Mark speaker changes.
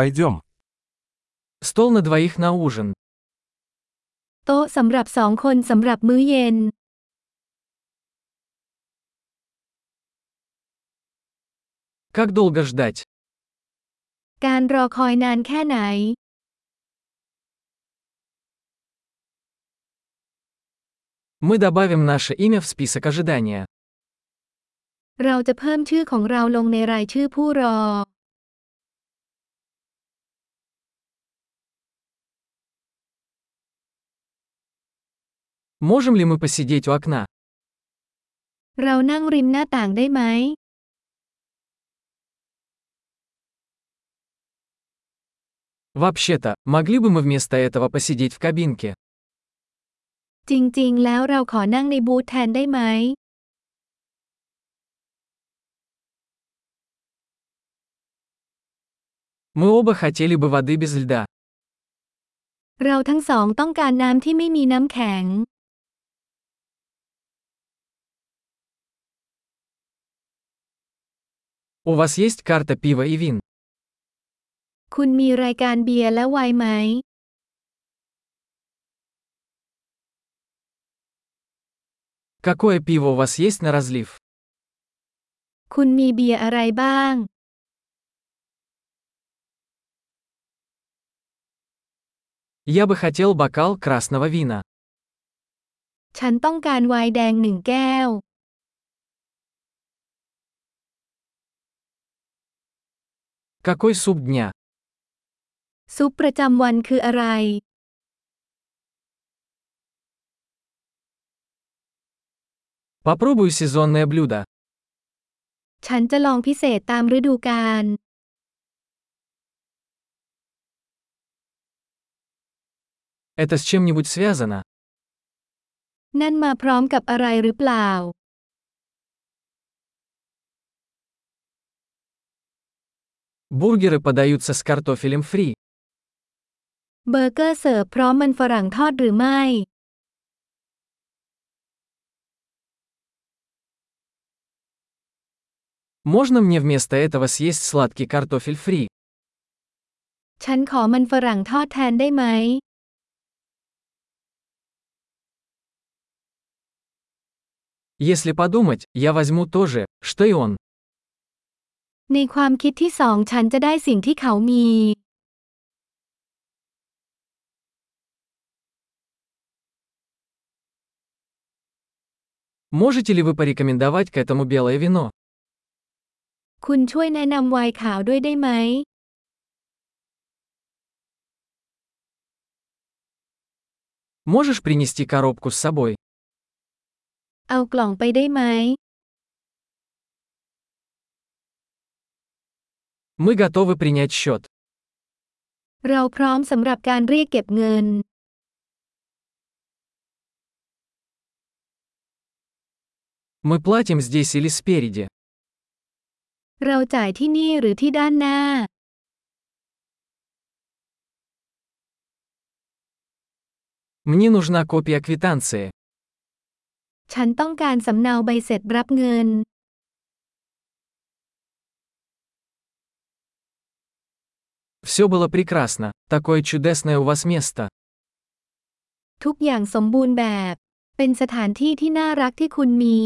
Speaker 1: Пойдем.
Speaker 2: Стол на двоих на ужин.
Speaker 3: โต๊ะสำหรับสองคนสำหรับมื้อเย็น
Speaker 2: Как долго ждать?
Speaker 3: การรอคอยนานแค่ไหน
Speaker 2: Мы добавим наше имя в список ожидания.
Speaker 3: เราจะเพิ่มชื่อของเราลงในรายชื่อผู้รอ
Speaker 2: Можем ли мы посидеть у окна?
Speaker 3: เรานั่งริมหน้าต่างได้ไหม
Speaker 2: Вообще-то, могли бы мы вместо этого посидеть в кабинке?
Speaker 3: จริงๆ แล้วเราขอนั่งในบูธแทนได้ไหม
Speaker 2: Мы оба хотели бы воды без льда.
Speaker 3: เราทั้งสองต้องการน้ำที่ไม่มีน้ำแข็ง
Speaker 2: У вас есть карта пива и вин?
Speaker 3: คุณมีรายการเบียร์และไวน์ไหม
Speaker 2: Какое пиво у вас есть на разлив?
Speaker 3: คุณมีเบียร์อะไรบ้าง
Speaker 2: Я бы хотел бокал красного вина.
Speaker 3: ฉันต้องการไวน์แดงหนึ่งแก้ว
Speaker 2: Какой суп дня?
Speaker 3: ซุปประจำวันคืออะไร
Speaker 2: Попробую сезонное блюдо.
Speaker 3: ฉันจะลองพิเศษตามฤดูกาล
Speaker 2: Это с чем-нибудь связано?
Speaker 3: นั่นมาพร้อมกับอะไรหรือเปล่า
Speaker 2: Бургеры подаются с картофелем фри.
Speaker 3: เบอร์เกอร์เสิร์ฟพร้อมมันฝรั่งทอดหรือไม่
Speaker 2: Можно мне вместо этого съесть сладкий картофель фри?
Speaker 3: ฉันขอมันฝรั่งทอดแทนได้ไหม
Speaker 2: Если подумать, я возьму то же, что и он.
Speaker 3: ในความคิดที่สองฉันจะได้สิ่งที่เขามี
Speaker 2: Можете ли вы порекомендовать к этому белое вино?
Speaker 3: คุณช่วยแนะนำไวน์ขาวด้วยได้ไหม
Speaker 2: Можешь принести коробку с собой?
Speaker 3: เอากล่องไปได้ไหม
Speaker 2: Мы готовы принять счет.
Speaker 3: เราพร้อมสำหรับการเรียกเก็บเงิน
Speaker 2: Мы платим здесь или спереди.
Speaker 3: เราจ่ายที่นี่หรือที่ด้านหน้า
Speaker 2: Мне нужна копия квитанции.
Speaker 3: ฉันต้องการสำเนาใบเสร็จรับเงิน
Speaker 2: Все было прекрасно. Такое чудесное у вас место.
Speaker 3: ทุกอย่างสมบูรณ์แบบ เป็นสถานที่ที่น่ารักที่คุณมี